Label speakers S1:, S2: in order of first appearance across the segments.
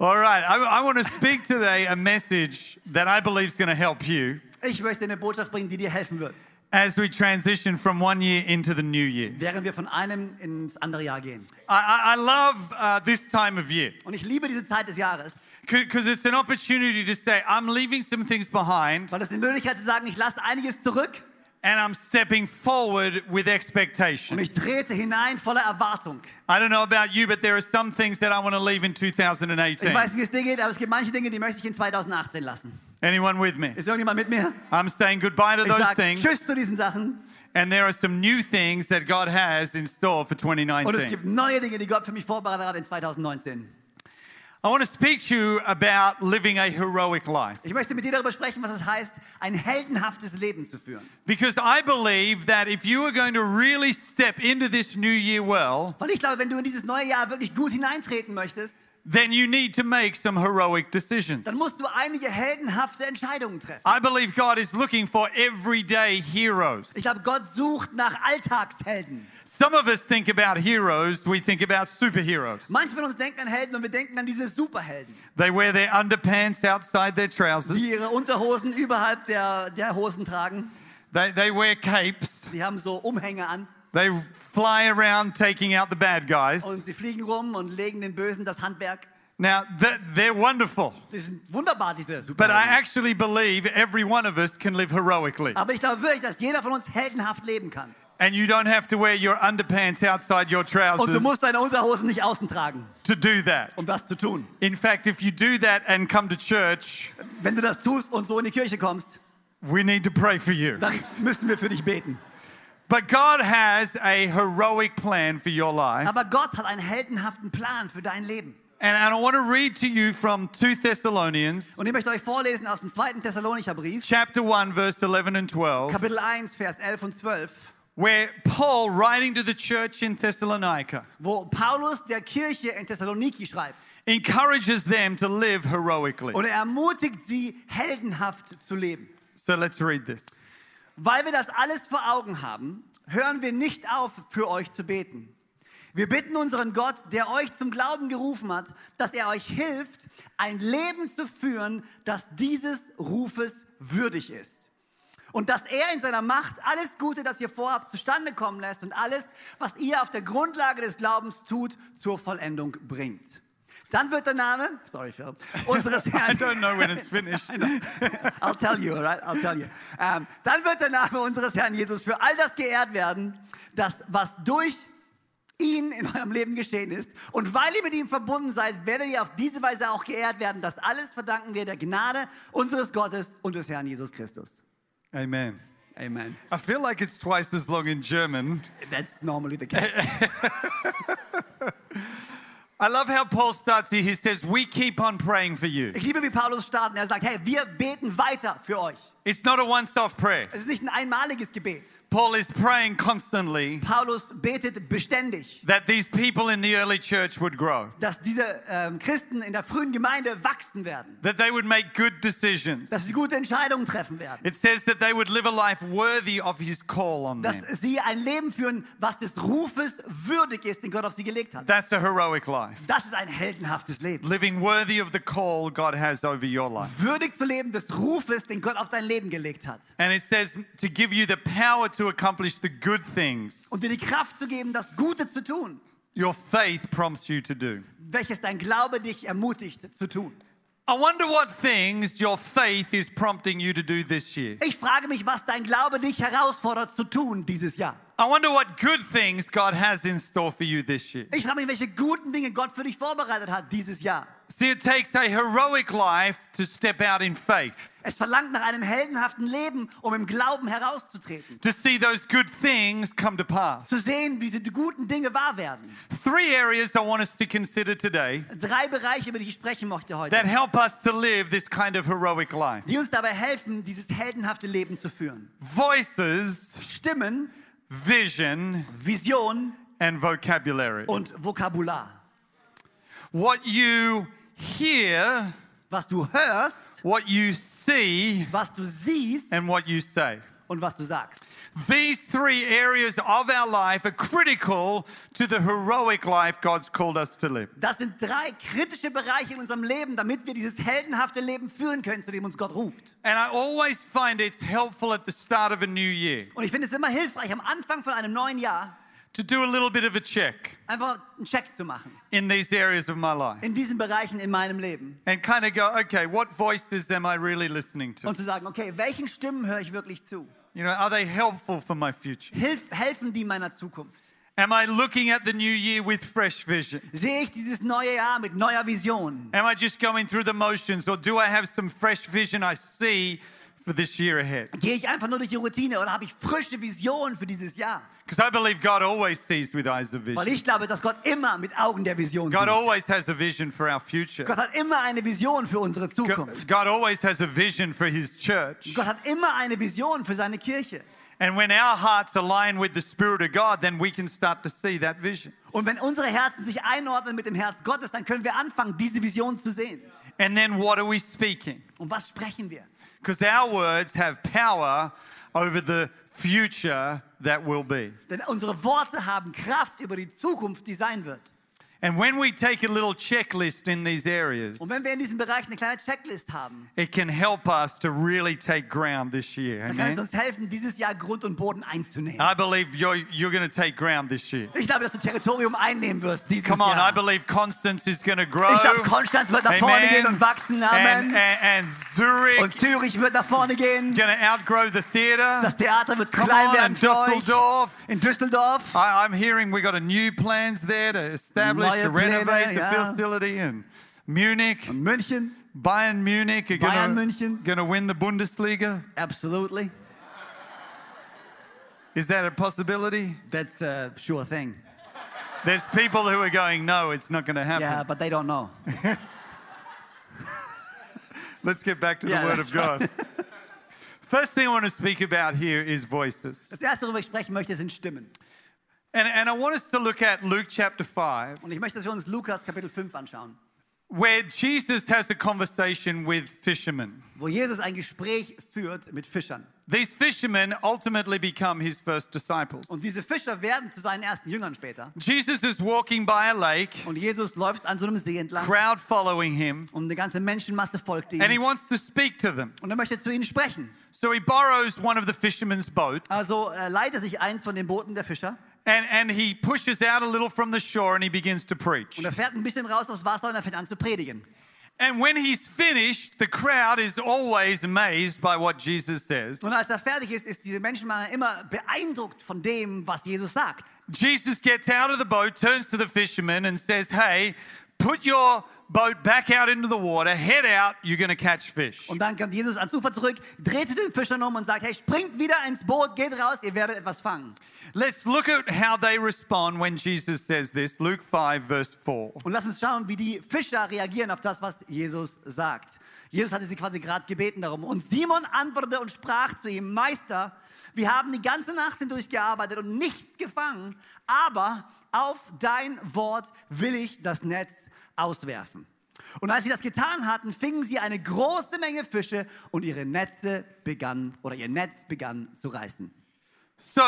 S1: All right, I, I want to speak today a message that I believe is going to help you
S2: Ich möchte eine Botschaft bringen, die dir helfen wird,
S1: as we transition from one year into the new year.
S2: während wir von einem ins andere Jahr gehen.
S1: I, I, I love uh, this time of year
S2: Und ich liebe diese Zeit des Jahres,
S1: because it's an opportunity to say, I'm leaving some things behind
S2: weil es eine Möglichkeit zu sagen, ich lasse einiges zurück
S1: and I'm stepping forward with
S2: und
S1: expectation.
S2: ich trete hinein voller Erwartung.
S1: I don't know about you, but there are some things that I want to leave in
S2: Ich
S1: 2018.
S2: weiß nicht, wie es dir geht, aber es gibt manche Dinge, die möchte ich in 2018 lassen.
S1: Anyone with me?
S2: Ist irgendjemand mit mir?
S1: I'm saying goodbye to
S2: Ich
S1: those
S2: sage
S1: things,
S2: Tschüss zu diesen Sachen.
S1: and there are some new things that God has in store for
S2: Und es
S1: 2019.
S2: gibt neue Dinge, die Gott für mich vorbereitet hat in 2019.
S1: I want to speak to you about living a heroic life
S2: Ich möchte mit dir darüber sprechen, was es heißt, ein heldenhaftes Leben zu führen.
S1: because I believe that if you are going to really step into this new year well,
S2: Weil ich glaube, wenn du in dieses neue Jahr wirklich gut hineintreten möchtest,
S1: then you need to make some heroic decisions.
S2: dann musst du einige heldenhafte Entscheidungen treffen.
S1: I believe God is looking for everyday heroes.
S2: Ich glaube, Gott sucht nach Alltagshelden.
S1: Some of us think about heroes, we think about superheroes.
S2: Manche von uns denken an Helden und wir denken an diese Superhelden,
S1: They wear their underpants outside their trousers,
S2: die ihre Unterhosen überhalb der, der Hosen tragen.
S1: they, they wear capes,
S2: Die haben so Umhänge an
S1: they fly around taking out the bad guys.
S2: und sie fliegen rum und legen den Bösen das Handwerk.
S1: Now, th- they're wonderful.
S2: Die sind wunderbar, diese
S1: But I
S2: Superhelden.
S1: actually believe every one of us can live heroically.
S2: Aber ich glaube wirklich, dass jeder von uns heldenhaft leben kann.
S1: And you don't have to wear your underpants outside your
S2: Und du
S1: trousers
S2: musst deine Unterhosen nicht außen tragen,
S1: to do that.
S2: um das zu tun.
S1: In fact, if you do that and come to church,
S2: Wenn du das tust und so in die Kirche kommst,
S1: we need to pray for you.
S2: dann müssen wir für dich beten.
S1: But God has a heroic plan for your life.
S2: Aber Gott hat einen heldenhaften Plan für dein Leben.
S1: And and I want to read to you from 2 Thessalonians
S2: Und ich möchte euch vorlesen aus dem zweiten Thessalonicher Brief,
S1: chapter 1 verse 11 and 12
S2: Kapitel 1, Vers 11 und 12,
S1: where Paul writing to the church in Thessalonica
S2: wo Paulus der Kirche in Thessaloniki schreibt.
S1: encourages them to live heroically.
S2: Und er ermutigt sie, heldenhaft zu leben.
S1: So let's read this.
S2: Weil wir das alles vor Augen haben, hören wir nicht auf, für euch zu beten. Wir bitten unseren Gott, der euch zum Glauben gerufen hat, dass er euch hilft, ein Leben zu führen, das dieses Rufes würdig ist. Und dass er in seiner Macht alles Gute, das ihr vorhabt, zustande kommen lässt und alles, was ihr auf der Grundlage des Glaubens tut, zur Vollendung bringt. Dann wird der Name, sorry Phil, unseres
S1: I
S2: Herrn
S1: don't know when it's finished.
S2: I'll tell you, all right? I'll tell you. Ähm, dann wird der Name unseres Herrn Jesus für all das geehrt werden, das, was durch ihn in eurem Leben geschehen ist. Und weil ihr mit ihm verbunden seid, werdet ihr auf diese Weise auch geehrt werden. Das alles verdanken wir der Gnade unseres Gottes und des Herrn Jesus Christus.
S1: Amen.
S2: Amen.
S1: I feel like it's twice as long in German.
S2: That's normally the case.
S1: I love how Paul starts here. He says, We keep on praying for you.
S2: Ich liebe, wie Paulus startet. Er sagt, hey, wir beten weiter für euch.
S1: It's not a once off prayer.
S2: Es ist nicht ein einmaliges Gebet.
S1: Paul is praying constantly
S2: Paulus betet beständig,
S1: that these people in the early church would grow,
S2: dass diese ähm, Christen in der frühen Gemeinde wachsen werden.
S1: that they would make good decisions.
S2: dass sie gute Entscheidungen treffen werden.
S1: It says that they would live a life worthy of his call on
S2: Dass
S1: them.
S2: sie ein Leben führen, was des Rufes würdig ist, den Gott auf sie gelegt hat.
S1: That's a heroic life.
S2: Das ist ein heldenhaftes Leben.
S1: Living worthy of the call God has over your life.
S2: Würdig zu leben des Rufes, den Gott auf dein Leben gelegt hat.
S1: And it says to give you the power to accomplish the good things
S2: Und dir die Kraft zu geben, das Gute zu tun,
S1: your faith prompts you to do.
S2: welches dein Glaube dich ermutigt zu tun.
S1: I wonder what things your faith is prompting you to do this year.
S2: Ich frage mich, was dein Glaube dich herausfordert zu tun dieses Jahr.
S1: I wonder what good things God has in store for you this year.
S2: Ich frage mich, welche guten Dinge Gott für dich vorbereitet hat dieses Jahr.
S1: See, it takes a heroic life to step out in faith,
S2: Es verlangt nach einem heldenhaften Leben, um im Glauben herauszutreten.
S1: to see those good things come to pass.
S2: Zu sehen, wie diese guten Dinge wahr werden.
S1: Three areas I want us to consider today
S2: drei Bereiche, über die ich sprechen möchte
S1: that
S2: heute,
S1: help us to live this kind of heroic life
S2: die uns dabei helfen, dieses heldenhafte Leben zu führen.
S1: voices,
S2: Stimmen,
S1: vision,
S2: Vision
S1: and vocabulary.
S2: und Vokabular.
S1: What you hear,
S2: Was du hörst,
S1: what you see,
S2: was du siehst
S1: and what you say.
S2: und was du sagst.
S1: These three areas of our life are critical to the heroic life God's called us to live.
S2: Das sind drei kritische Bereiche in unserem Leben, damit wir dieses heldenhafte Leben führen können, zu dem uns Gott ruft.
S1: And I always find it's helpful at the start of a new year
S2: Und ich finde es immer hilfreich, am Anfang von einem neuen Jahr
S1: to do a little bit of a check
S2: einfach einen Check zu machen
S1: in these areas of my life
S2: in diesen Bereichen in meinem Leben
S1: and kind of go, okay, what voices am I really listening to?
S2: und zu sagen, okay, welchen Stimmen höre ich wirklich zu?
S1: You know, are they helpful for my future?
S2: Hilf, helfen die meiner Zukunft?
S1: Am I looking at the new year with fresh vision?
S2: Sehe ich dieses neue Jahr mit neuer Vision?
S1: Am I just going through the motions or do I have some fresh vision I see for this year ahead?
S2: Gehe ich einfach nur durch die Routine oder habe ich frische Visionen für dieses Jahr?
S1: Because I believe God always sees with eyes of
S2: Weil
S1: vision.
S2: ich glaube, dass Gott immer mit Augen der Vision
S1: God
S2: sieht.
S1: always has a vision for our future.
S2: Gott hat immer eine Vision für unsere
S1: Go-
S2: Zukunft.
S1: God always has a vision for his church.
S2: Gott hat immer eine Vision für seine Kirche.
S1: And when our hearts align with the Spirit of God, then we can start to see that vision.
S2: Und wenn unsere Herzen sich einordnen mit dem Herz Gottes, dann können wir anfangen, diese Vision zu sehen.
S1: And then what are we speaking?
S2: Und was sprechen wir?
S1: Because our words have power over the future that will be.
S2: Denn unsere Worte haben Kraft über die Zukunft, die sein wird.
S1: And when we take a little checklist in these areas,
S2: Und wenn wir in diesem Bereich eine kleine Checklist haben,
S1: it can help us to really take ground this year.
S2: dann kann
S1: Amen.
S2: es
S1: Ah.
S2: uns helfen, dieses Jahr Grund und Boden einzunehmen.
S1: I believe you're, you're going to take ground this year.
S2: Ich glaube, dass du Territorium einnehmen wirst dieses
S1: Come on, I
S2: Jahr.
S1: believe Constance is going to grow.
S2: Ich glaube, Konstanz wird nach vorne gehen und wachsen.
S1: And, and,
S2: Amen.
S1: and Zurich
S2: Und Zürich wird nach vorne gehen.
S1: going to outgrow the theater.
S2: Das Theater wird
S1: Come
S2: klein
S1: on, Ah.
S2: werden
S1: and
S2: für euch.
S1: Dusseldorf.
S2: In Düsseldorf.
S1: I, I'm hearing we got a new plans there to establish,
S2: Neue
S1: to renovate
S2: Pläne,
S1: the
S2: ja.
S1: facility, and Munich,
S2: In München.
S1: Bayern Munich are
S2: Bayern
S1: going
S2: München.
S1: to win the Bundesliga.
S2: Absolutely.
S1: Is that a possibility?
S2: That's a sure thing.
S1: There's people who are going, no, it's not going to happen.
S2: Yeah, but they don't know.
S1: Let's get back to
S2: Yeah,
S1: the Word
S2: that's
S1: of God. First thing I want to speak about here is voices.
S2: Das erste, worüber ich sprechen möchte, sind Stimmen.
S1: And, and I want us to look at Luke chapter 5,
S2: Und ich möchte, dass wir uns Lukas Kapitel 5 anschauen,
S1: where Jesus has a conversation with fishermen.
S2: wo Jesus ein Gespräch führt mit Fischern.
S1: These fishermen ultimately become his first disciples.
S2: Und diese Fischer werden zu seinen ersten Jüngern später.
S1: Jesus is walking by a lake,
S2: Und Jesus läuft an so einem See entlang
S1: crowd following him,
S2: und eine ganze Menschenmasse folgt
S1: and he
S2: ihm.
S1: wants to speak to them.
S2: Und er möchte zu ihnen sprechen.
S1: So he borrows one of the fishermen's boats
S2: Also äh, leiht er sich eins von den Booten der Fischer
S1: and, and he pushes out a little from the shore and he begins to preach.
S2: und er fährt ein bisschen raus aufs Wasser und er fängt an zu predigen.
S1: And when he's finished, the crowd is always amazed by what Jesus says.
S2: Und als er fertig ist, ist diese Menschenmasse immer beeindruckt von dem, was Jesus sagt.
S1: Jesus gets out of the boat, turns to the fishermen, and says, Hey, put your boat back out into the water, head out, you're going to catch fish.
S2: Und dann kommt Jesus ans Ufer zurück, dreht zu den Fischern um und sagt, hey, springt wieder ins Boot, geht raus, ihr werdet etwas fangen.
S1: Let's look at how they respond when Jesus says this. Luke 5, verse 4.
S2: Und lass uns schauen, wie die Fischer reagieren auf das, was Jesus sagt. Jesus hatte sie quasi gerade gebeten darum. Und Simon antwortete und sprach zu ihm, Meister, wir haben die ganze Nacht hindurch gearbeitet und nichts gefangen, aber auf dein Wort will ich das Netz auswerfen. Und als sie das getan hatten, fingen sie eine große Menge Fische und ihre Netze begannen, oder ihr Netz begann zu reißen.
S1: So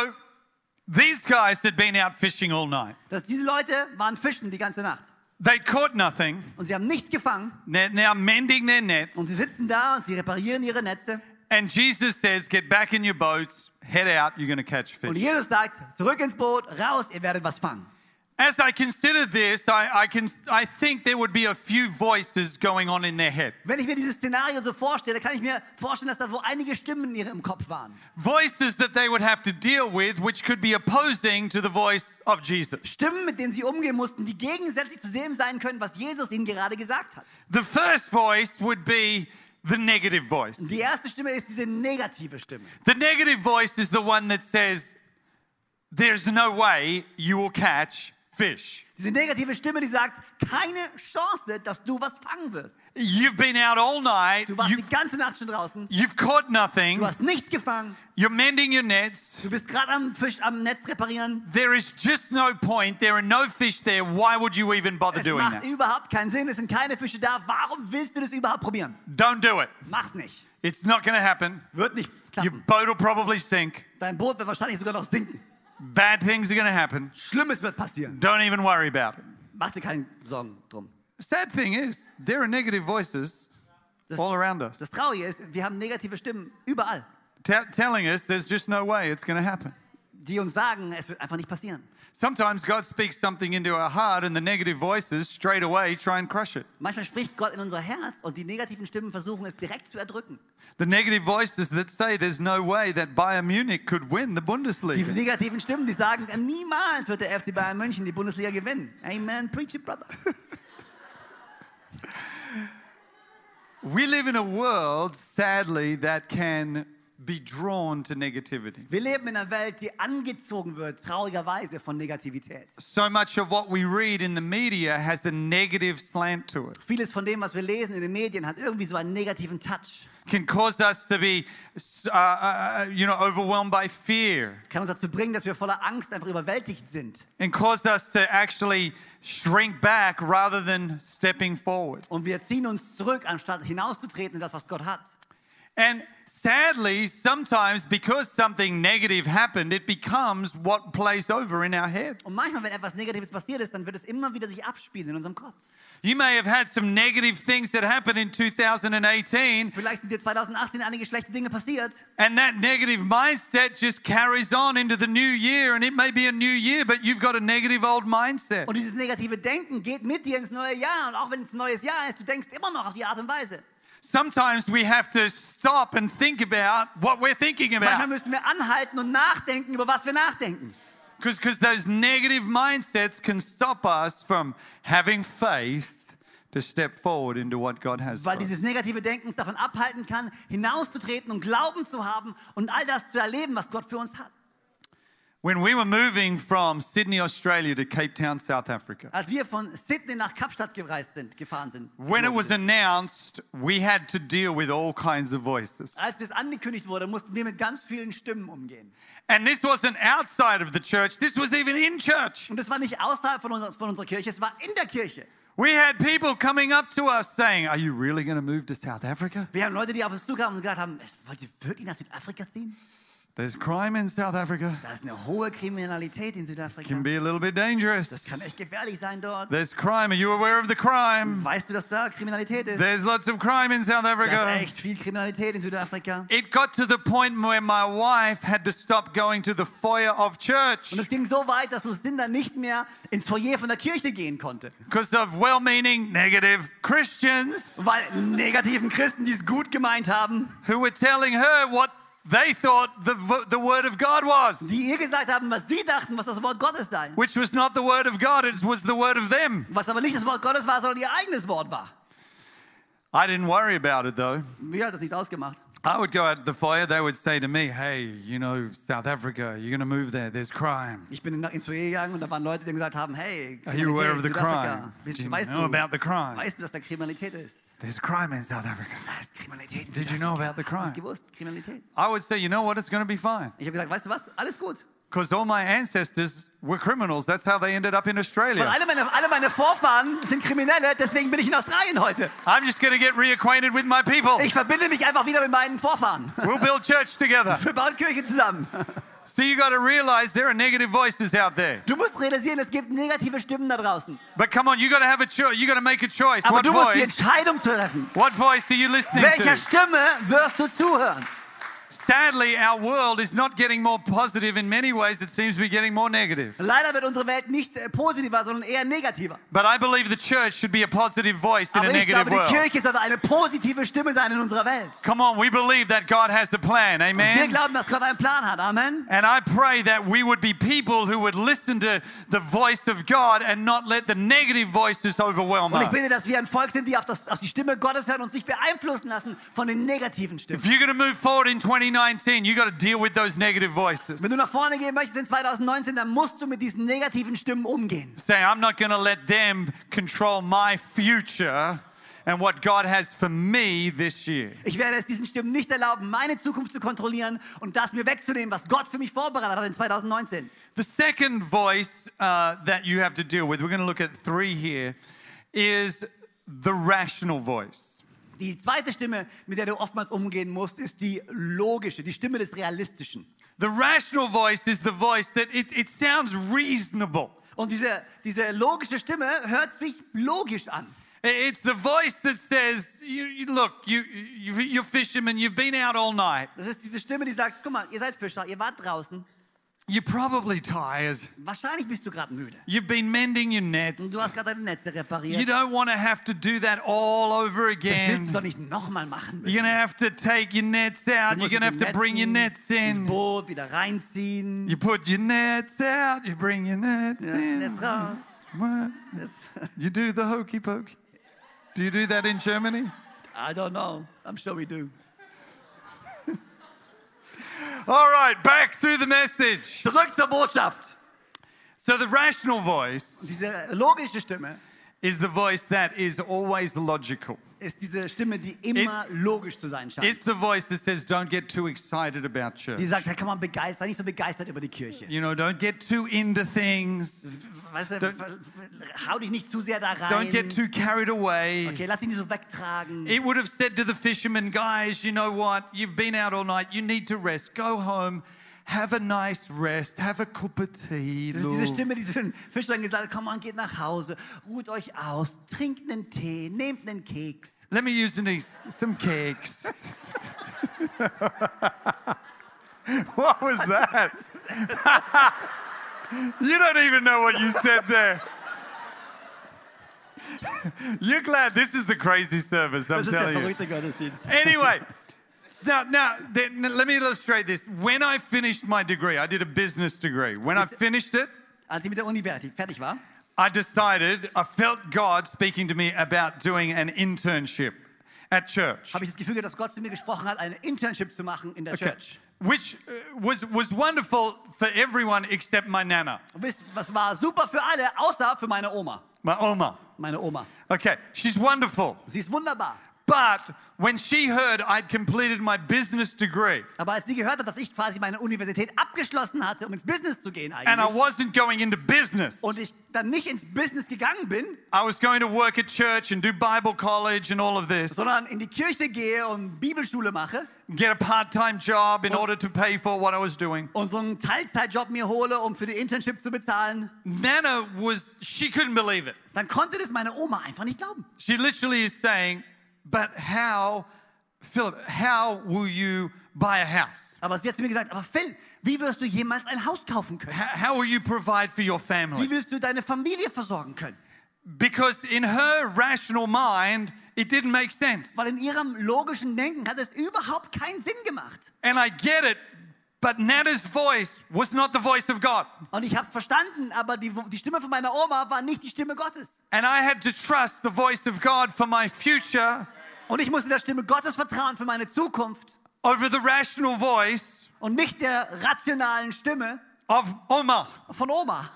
S1: these guys had been out fishing all night.
S2: Dass diese Leute waren fischen die ganze Nacht
S1: They caught nothing.
S2: und sie haben nichts gefangen
S1: They're now mending their nets.
S2: und sie sitzen da und sie reparieren ihre Netze
S1: And Jesus says, Get back in your boats, head out, you're going to catch
S2: und
S1: fish.
S2: Jesus sagt, zurück ins Boot, raus, ihr werdet was fangen.
S1: As I consider this, I, I, can, I think there would be a few voices going on in their head.
S2: Wenn ich mir dieses Szenario so vorstelle, kann ich mir vorstellen, dass da wo einige Stimmen in ihrem Kopf waren.
S1: Voices that they would have to deal with, which could be opposing to the voice of Jesus.
S2: Stimmen, mit denen sie umgehen mussten, die gegensätzlich zu dem sein können, was Jesus ihnen gerade gesagt hat.
S1: The first voice would be the negative voice.
S2: Die erste Stimme ist diese negative Stimme.
S1: The negative voice is the one that says, There's no way you will catch fish.
S2: Diese negative Stimme, die sagt, keine Chance, dass du was fangen wirst.
S1: You've been out all night,
S2: Du warst
S1: you've,
S2: die ganze Nacht schon draußen,
S1: you've caught nothing,
S2: du hast nichts gefangen,
S1: you're mending your nets.
S2: du bist gerade am Fisch, am Netz reparieren.
S1: There is just no point, there are no fish there. Why would you even bother
S2: Es
S1: doing
S2: macht
S1: that?
S2: überhaupt keinen Sinn, es sind keine Fische da. Warum willst du das überhaupt probieren?
S1: Don't do it.
S2: Mach's nicht.
S1: It's not going to happen.
S2: Wird nicht
S1: Your
S2: klappen.
S1: boat will probably sink.
S2: Dein Boot wird wahrscheinlich sogar noch sinken.
S1: Bad things are going to happen.
S2: Schlimmes wird passieren.
S1: Don't even worry about it.
S2: Mach dir keine Sorgen drum.
S1: Sad thing is, there are negative voices
S2: Das,
S1: all around us
S2: das Traurige ist, wir haben negative Stimmen überall,
S1: te- telling us there's just no way it's going to happen.
S2: die uns sagen, es wird einfach nicht passieren.
S1: Sometimes God speaks something into our heart, and the negative voices straight away try and crush it.
S2: Manchmal spricht Gott in unser Herz und die negativen Stimmen versuchen es direkt zu erdrücken.
S1: The negative voices that say there's no way that Bayern Munich could win the
S2: Die
S1: Bundesliga.
S2: negativen Stimmen, die sagen, äh, niemals wird der FC Bayern München die Bundesliga gewinnen. Amen, preach it, brother.
S1: We live in a world, sadly, that can be drawn to negativity.
S2: Wir leben in einer Welt, die angezogen wird, traurigerweise, von Negativität.
S1: So much of what we read in the media has a negative slant to it.
S2: Vieles von dem, was wir lesen in den Medien, hat irgendwie so einen negativen Touch.
S1: Can cause us to be, uh, uh, you know, overwhelmed by fear,
S2: Kann uns dazu bringen, dass wir voller Angst einfach überwältigt sind.
S1: and caused us to actually shrink back rather than stepping forward.
S2: Und wir ziehen uns zurück, anstatt hinauszutreten in das, was Gott hat.
S1: And sadly, sometimes because something negative happened, it becomes what plays over in our head.
S2: Und manchmal, wenn etwas Negatives passiert ist, dann wird es immer wieder sich abspielen in unserem Kopf.
S1: You may have had some negative things that happened in 2018,
S2: Vielleicht sind dir 2018 einige schlechte Dinge passiert.
S1: and that negative mindset just carries on into the new year. And it may be a new year, but you've got a negative old mindset.
S2: Und dieses negative Denken geht mit dir ins neue Jahr. Und auch wenn es ein neues Jahr ist, du denkst immer noch auf die Art und Weise.
S1: Sometimes we have to stop and think about what we're thinking
S2: Manchmal
S1: about
S2: müssen wir anhalten und nachdenken, über was wir nachdenken.
S1: because those negative mindsets can stop us from having faith to step forward into what God has for
S2: Weil
S1: us.
S2: dieses negative Denken uns davon abhalten kann, hinauszutreten und Glauben zu haben und all das zu erleben, was Gott für uns hat.
S1: When we were moving from Sydney, Australia to Cape Town, South Africa,
S2: Als wir von Sydney nach Kapstadt gereist sind, gefahren sind,
S1: when it was announced, we had to deal with all kinds of voices.
S2: als das angekündigt wurde, mussten wir mit ganz vielen Stimmen umgehen.
S1: And this wasn't outside of the church, this was even in church.
S2: Und das war nicht außerhalb von, unser, von unserer Kirche, es war in der Kirche.
S1: We had people coming up to us saying, Are you really going to move to South Africa?
S2: Wir haben Leute, die auf uns zukamen und gesagt haben, wollt ihr wirklich nach Südafrika ziehen?
S1: There's crime in South Africa,
S2: Da ist eine hohe Kriminalität in
S1: can
S2: Südafrika.
S1: be a little bit
S2: Das
S1: dangerous.
S2: kann echt gefährlich sein dort.
S1: There's crime. Are you aware of the crime?
S2: Weißt du, dass da Kriminalität ist?
S1: There's lots of crime in South
S2: Da
S1: Africa.
S2: ist echt viel Kriminalität in Südafrika.
S1: It got to the point where my wife had to stop going to the foyer of church.
S2: Und es ging so weit, dass Lucinda nicht mehr ins Foyer von der Kirche gehen konnte.
S1: because of well meaning negative Christians
S2: Weil negativen Christen, die es gut gemeint haben,
S1: who were telling her what they thought the, v- the Word of God was,
S2: die ihr gesagt haben, was sie dachten, was das Wort Gottes sei.
S1: which was not the Word of God, it was the Word of them.
S2: Was aber nicht das Wort Gottes war, sondern ihr eigenes Wort war.
S1: I didn't worry about it though.
S2: Mir hat das nichts ausgemacht.
S1: I would go out to the fire, they would say to me, Hey, you know, South Africa, you're going to move there, there's crime.
S2: Ich bin ins Foyer gegangen und da waren Leute, die mir gesagt haben, hey,
S1: Are you aware
S2: Kriminalität in
S1: of the crime? Do
S2: Südafrika. Weißt,
S1: you
S2: du- weißt,
S1: know about
S2: du,
S1: the crime?
S2: weißt du, dass da Kriminalität ist?
S1: There's crime in South Africa.
S2: Da ist Kriminalität. in
S1: Did you know
S2: Südafrika.
S1: about the
S2: Hast du
S1: crime?
S2: das gewusst? Kriminalität.
S1: I would say, You know what? It's going to be fine.
S2: Ich habe gesagt, weißt du was? Alles gut.
S1: Because all my ancestors were criminals. That's how they ended up in
S2: Weil
S1: Australia.
S2: alle meine, alle meine Vorfahren sind Kriminelle, deswegen bin ich in Australien heute.
S1: I'm just going to get reacquainted with my people.
S2: Ich verbinde mich einfach wieder mit meinen Vorfahren.
S1: We'll build church together.
S2: Wir bauen Kirche zusammen.
S1: So you got to realize there are negative voices out there.
S2: Du musst realisieren, es gibt negative Stimmen da draußen.
S1: But come on, you got to have a choice. You got to make a choice.
S2: Aber
S1: What
S2: du musst die
S1: voice?
S2: Entscheidung treffen.
S1: What voice are you listening
S2: Welcher
S1: to?
S2: Stimme wirst du zuhören?
S1: Sadly, our world is not getting more positive in many ways. It seems to be getting more negative.
S2: Leider wird unsere Welt nicht äh, positiver, sondern eher negativer.
S1: But I believe the church should be a positive voice in
S2: Aber
S1: a
S2: ich glaube,
S1: negative
S2: die
S1: world.
S2: Kirche sollte eine positive Stimme sein in unserer Welt.
S1: Come on, we believe that God has a plan.
S2: Wir
S1: Amen.
S2: glauben, dass Gott einen Plan hat. Amen.
S1: And I pray that we would be people who would listen to the voice of God and not let the negative voices overwhelm
S2: Und ich
S1: us.
S2: bitte, dass wir ein Volk sind, die auf, das, auf die Stimme Gottes hören und uns nicht beeinflussen lassen von den negativen Stimmen.
S1: If you're going to move forward in 2019, you got to deal with those negative voices.
S2: Wenn du nach vorne gehen möchtest in 2019, dann musst du mit diesen negativen Stimmen umgehen.
S1: Say, I'm not going to let them control my future and what God has for me this year.
S2: Ich werde es diesen Stimmen nicht erlauben, meine Zukunft zu kontrollieren und das mir wegzunehmen, was Gott für mich vorbereitet hat in 2019.
S1: The second voice uh, that you have to deal with, we're going to look at three here, is the rational voice.
S2: Die zweite Stimme, mit der du oftmals umgehen musst, ist die logische, die Stimme des Realistischen.
S1: The rational voice is the voice that it, it sounds reasonable.
S2: Und diese, diese logische Stimme hört sich logisch an.
S1: I- It's the voice that says, you, you, look, you, you, you're fishermen, you've been out all night.
S2: Das ist diese Stimme, die sagt, guck mal, ihr seid Fischer, ihr wart draußen.
S1: You're probably tired.
S2: Wahrscheinlich bist du gerade müde.
S1: You've been mending your nets.
S2: Und du hast gerade deine Netze
S1: You
S2: repariert.
S1: don't want to have to do that all over
S2: Das willst du
S1: again.
S2: doch nicht nochmal machen.
S1: You're going to have to take your nets out. You're
S2: Du musst
S1: going to
S2: mit
S1: have
S2: den
S1: to bring your nets
S2: Netzen ins
S1: in.
S2: Boot wieder reinziehen.
S1: You put your nets out. You bring your nets
S2: Netz
S1: in.
S2: raus.
S1: What?
S2: Netz.
S1: You do the hokey pokey. Do you do that in Germany?
S2: I don't know. I'm sure we do.
S1: All right, back to the message.
S2: Zurück zur Botschaft.
S1: So the rational voice
S2: Diese logische Stimme
S1: is the voice that is always logical.
S2: ist diese Stimme, die immer logisch zu sein scheint.
S1: It's the voice that says, don't get too excited about church.
S2: Die sagt, da kann man begeistert, sei nicht so begeistert über die Kirche.
S1: You know, don't get too into things.
S2: Weißt du,
S1: Don't-
S2: ver- hau dich nicht zu sehr da rein.
S1: Don't get too carried away.
S2: Okay, lass dich nicht so wegtragen.
S1: It would have said to the fishermen, guys, you know what? You've been out all night. You need to rest. Go home. Have a nice rest. Have a cup of tea.
S2: Das ist diese
S1: love."
S2: Stimme, die den Fischern gesagt hat, komm mal, geht nach Hause, ruht euch aus, trinkt einen Tee, nehmt einen Keks.
S1: Let me use an ex- some cakes. what was that? you don't even know what you said there. You're glad this is the crazy service, I'm
S2: Das ist der
S1: telling you.
S2: verrückte Gottesdienst.
S1: Anyway, now, now then, let me illustrate this. When I finished my degree, I did a business degree. When I finished it,
S2: Als ich mit der Uni fertig fertig war,
S1: I decided, I felt God speaking to me about doing an internship at church.
S2: habe ich das Gefühl gehabt, dass Gott zu mir gesprochen hat, eine Internship zu machen in der
S1: Okay.
S2: Church.
S1: Which uh, was was wonderful for everyone except my nana,
S2: Und wisst, was war super für alle, außer für meine Oma.
S1: my Oma.
S2: Meine Oma.
S1: Okay, she's wonderful.
S2: Sie ist wunderbar.
S1: But when she heard I'd completed my business degree
S2: Aber als sie gehört hat, dass ich quasi meine Universität abgeschlossen hatte, um ins Business zu gehen
S1: and I
S2: eigentlich,
S1: wasn't going into business,
S2: und ich dann nicht ins Business gegangen bin,
S1: I was going to work at church and do Bible college and all of this,
S2: sondern in die Kirche gehe und Bibelschule mache
S1: get a part-time job in
S2: Und-
S1: order to pay for what I was doing.
S2: und so einen Teilzeitjob mir hole, um für die Internship zu bezahlen,
S1: Nana was she couldn't believe it.
S2: dann konnte das meine Oma einfach nicht glauben.
S1: She literally is saying, "But how, Philip? How will you buy a house?"
S2: Aber sie hat zu mir gesagt, aber Phil, wie wirst du jemals ein Haus kaufen können?
S1: H- How will you provide for your
S2: Wie
S1: family?
S2: willst du deine Familie versorgen können?
S1: Because in her rational mind, it didn't make sense.
S2: Weil in ihrem logischen Denken hat es überhaupt keinen Sinn gemacht.
S1: And I get it, but Nana's voice was not the voice of God.
S2: Und ich habe es verstanden, aber die, die Stimme von meiner Oma war nicht die Stimme Gottes.
S1: And I had to trust the voice of God for my future
S2: Und ich musste der Stimme Gottes vertrauen für meine Zukunft
S1: over the rational voice
S2: und nicht der rationalen Stimme
S1: of Oma.
S2: von Oma.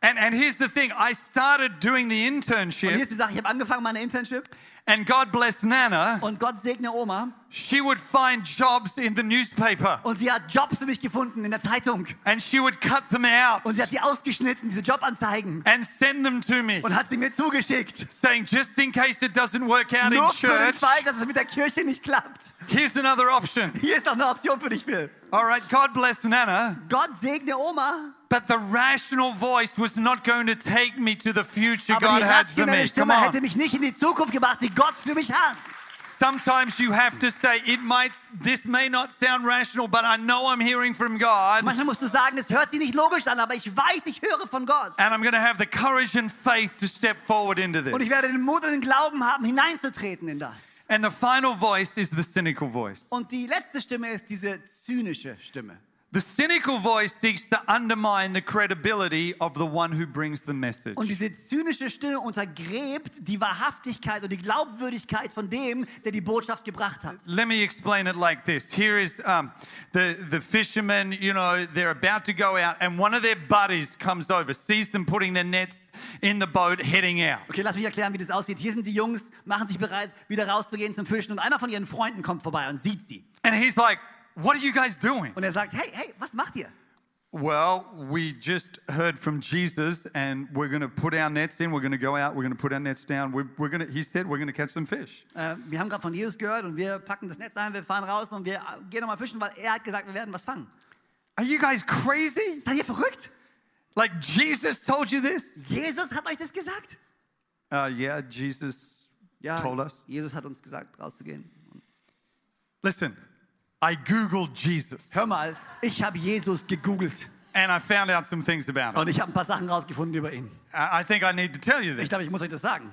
S1: And, and here's the thing I started doing the
S2: Und hier
S1: internship,
S2: ist die Sache, ich habe angefangen meine Internship
S1: and God bless Nana.
S2: und Gott segne Oma.
S1: She would find jobs in the newspaper
S2: Und sie hat Jobs für mich gefunden in der Zeitung.
S1: and she would cut them out
S2: Und sie hat die ausgeschnitten, diese Jobanzeigen.
S1: and send them to me.
S2: Und hat sie mir zugeschickt.
S1: saying just in case it doesn't work out in
S2: Nur für den
S1: church,
S2: Fall, dass es mit der Kirche nicht klappt.
S1: here's another option.
S2: Hier ist noch eine Option für dich, Phil.
S1: All right, God bless Nana,
S2: Gott segne Oma.
S1: but the rational voice was not going to take me to the future
S2: Aber
S1: God
S2: die
S1: had for
S2: rationelle
S1: me. Come
S2: Stimme hätte
S1: on.
S2: mich nicht in die Zukunft gebracht, die Gott für mich hat.
S1: Sometimes you have to say it might this may not sound rational, but I know I'm hearing from God and
S2: Manchmal musst du sagen, es hört sich nicht logisch an, aber ich weiß, ich höre von Gott.
S1: I'm going to have the courage and faith to step forward into
S2: Und ich
S1: this.
S2: werde den Mut und den Glauben haben, hineinzutreten in das.
S1: And the final voice is the cynical voice.
S2: Und die letzte Stimme ist diese zynische Stimme.
S1: The cynical voice seeks to undermine the credibility of the one who brings the message.
S2: Und diese zynische Stimme untergräbt die Wahrhaftigkeit und die Glaubwürdigkeit von dem, der die Botschaft gebracht hat.
S1: Let me explain it like this. Here is um, the, the fishermen, you know, they're about to go out, and one of their buddies comes over, sees them putting their nets in the boat, heading out.
S2: Okay, lass mich erklären, wie das aussieht. Hier sind die Jungs, machen sich bereit, wieder rauszugehen zum Fischen. Und einer von ihren Freunden kommt vorbei und sieht sie.
S1: And he's like, What are you guys doing?
S2: Und er sagt, hey, hey, was macht ihr?
S1: Well, we just heard from Jesus, and we're going to put our nets in. We're going to go out. We're going to put our nets down. We're, we're going to. He said we're going to catch some fish.
S2: Äh, wir haben gerade von Jesus gehört und wir packen das Netz ein, wir fahren raus und wir äh, gehen nochmal fischen, weil er hat gesagt, wir werden was fangen.
S1: Are you guys crazy?
S2: Seid ihr verrückt?
S1: Like Jesus told you this?
S2: Jesus hat euch das gesagt.
S1: Uh, yeah, Jesus told us.
S2: Jesus hat uns gesagt, rauszugehen.
S1: Listen, I googled Jesus,
S2: Hör mal, ich habe Jesus gegoogelt
S1: and I found out some things about him.
S2: und ich habe ein paar Sachen rausgefunden über ihn.
S1: I I think I need to tell you
S2: Ich
S1: this.
S2: glaube, ich muss euch das sagen.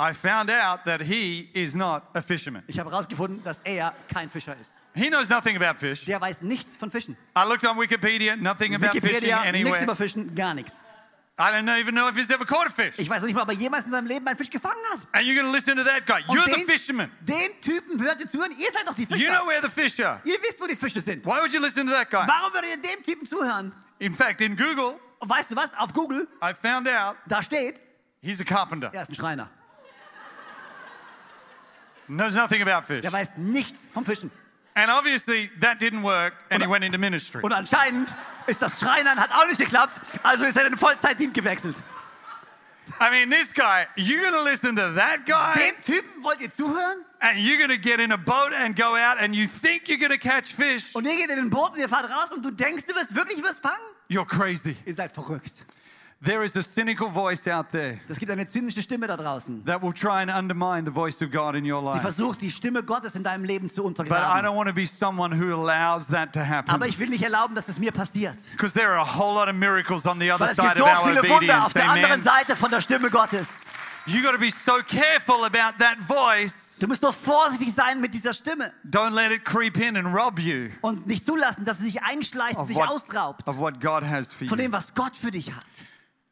S1: I found out that he is not a fisherman.
S2: Ich habe rausgefunden, dass er kein Fischer ist.
S1: He knows nothing about fish.
S2: Der weiß nichts von Fischen.
S1: I looked on Wikipedia, nothing about fishing
S2: Wikipedia, nichts
S1: anywhere.
S2: über Fischen, gar nichts.
S1: I don't know- even know if he's ever caught a fish.
S2: Ich weiß noch nicht mal, ob er jemals in seinem Leben einen Fisch gefangen hat.
S1: And you're going to listen to that guy.
S2: Und
S1: You're the
S2: den,
S1: fisherman.
S2: den Typen hört ihr zuhören. Ihr seid doch die Fischer.
S1: You know where the fish are.
S2: ihr wisst, wo die Fische sind.
S1: Why would you listen to that guy?
S2: Warum würdet ihr dem Typen zuhören?
S1: In fact, in Google,
S2: Und weißt du was? Auf Google,
S1: I found out
S2: da steht,
S1: he's a carpenter.
S2: er ist ein Schreiner.
S1: Knows nothing about fish.
S2: Der weiß nichts vom Fischen.
S1: And obviously, that didn't work, and he
S2: Oder-
S1: went into ministry.
S2: Und anscheinend ist das Schreinern hat auch nicht geklappt. Also ist er in den Vollzeitdienst gewechselt.
S1: I mean, this guy, you're going to listen to that guy,
S2: Dem Typen wollt ihr zuhören?
S1: and you're going to get in a boat and go out, and you think you're going to catch fish.
S2: Und ihr geht in den Boot und ihr fahrt raus und du denkst, du wirst wirklich was fangen?
S1: You're crazy.
S2: Ihr seid verrückt.
S1: There is a cynical voice out there
S2: Es gibt eine zynische Stimme da draußen,
S1: that will try and undermine the voice of God in your
S2: die
S1: life.
S2: versucht, die Stimme Gottes in deinem Leben
S1: But
S2: zu
S1: I
S2: untergraben.
S1: don't want to be someone who allows that to
S2: Aber
S1: happen.
S2: ich will nicht erlauben, dass es mir passiert.
S1: Because there are a whole lot of miracles on the other
S2: Weil es gibt
S1: side
S2: so
S1: of our
S2: viele Wunder auf
S1: obedience.
S2: der anderen
S1: Amen.
S2: Seite von der Stimme Gottes.
S1: You got to be so careful about that voice.
S2: Du musst nur vorsichtig sein mit dieser Stimme
S1: Don't let it creep in and rob you
S2: und nicht zulassen, dass sie sich einschleicht und
S1: of
S2: sich
S1: what,
S2: ausraubt
S1: of what God has for
S2: von
S1: you.
S2: dem, was Gott für dich hat.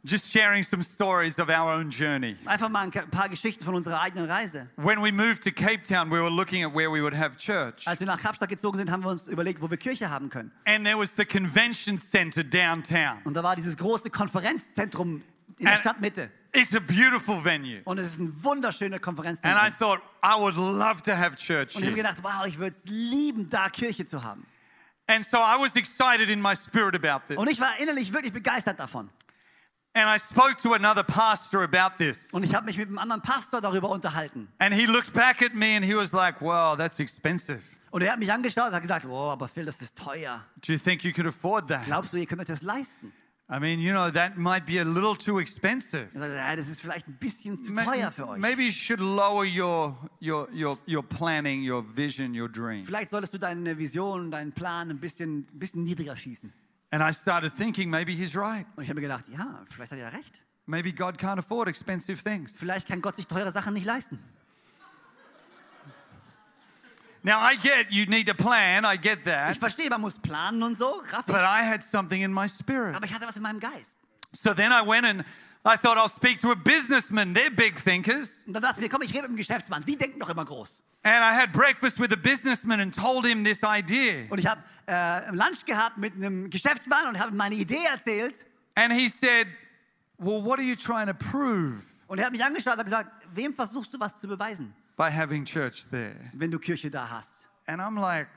S1: Just sharing some stories of our own journey.
S2: Einfach mal ein paar Geschichten von unserer eigenen Reise.
S1: When we moved to Cape Town, we were looking at where we would have church.
S2: Als wir nach Kapstadt gezogen sind, haben wir uns überlegt, wo wir Kirche haben können.
S1: And there was the convention center downtown.
S2: Und da war dieses große Konferenzzentrum in der
S1: And-
S2: Stadtmitte.
S1: It's a beautiful venue.
S2: Und es ist ein wunderschöner
S1: And I
S2: Konferenzzentrum.
S1: thought, I would love to have church
S2: Und ich
S1: here.
S2: habe gedacht, wow, ich würde es lieben, da Kirche zu haben.
S1: And so I was excited in my spirit about this.
S2: Und ich war innerlich wirklich begeistert davon.
S1: And I spoke to another pastor about this.
S2: Und ich habe mich mit einem anderen Pastor darüber unterhalten.
S1: And he looked back at me and he was like, Wow, that's expensive.
S2: Und er hat mich angeschaut und hat gesagt, wow, aber Phil, das ist teuer.
S1: Do you think you could afford that?
S2: Glaubst du, ihr könnt euch das leisten?
S1: I mean, you know, that might be a little too expensive.
S2: Er sagt, ja, das ist vielleicht ein bisschen zu
S1: Ma-
S2: teuer für euch.
S1: Maybe you should lower your, your, your, your planning, your vision, your dream.
S2: Vielleicht solltest du deine Vision, deinen Plan ein bisschen, ein bisschen niedriger schießen.
S1: And I started thinking, maybe he's right.
S2: Und ich habe mir gedacht, ja, vielleicht hat er recht.
S1: Maybe God can't afford expensive things.
S2: Vielleicht kann Gott sich teure Sachen nicht leisten.
S1: Now, I get you need a plan, I get
S2: Ich
S1: that.
S2: verstehe, man muss planen und so, Kraft.
S1: But I had something in my spirit.
S2: Aber ich hatte was in meinem Geist.
S1: So then I went and I thought, I'll speak to a businessman. They're big thinkers.
S2: Und dann dachte ich mir, komm, ich rede mit dem Geschäftsmann. Die denken doch immer groß.
S1: And I had breakfast with a businessman and told him this idea.
S2: Und ich habe äh, Lunch gehabt mit einem Geschäftsmann und habe ihm meine Idee erzählt.
S1: And he said, Well, what are you trying to prove
S2: Und er hat mich angeschaut und hat gesagt, wem versuchst du was zu beweisen,
S1: by having church there?
S2: wenn du Kirche da hast?
S1: And I'm like,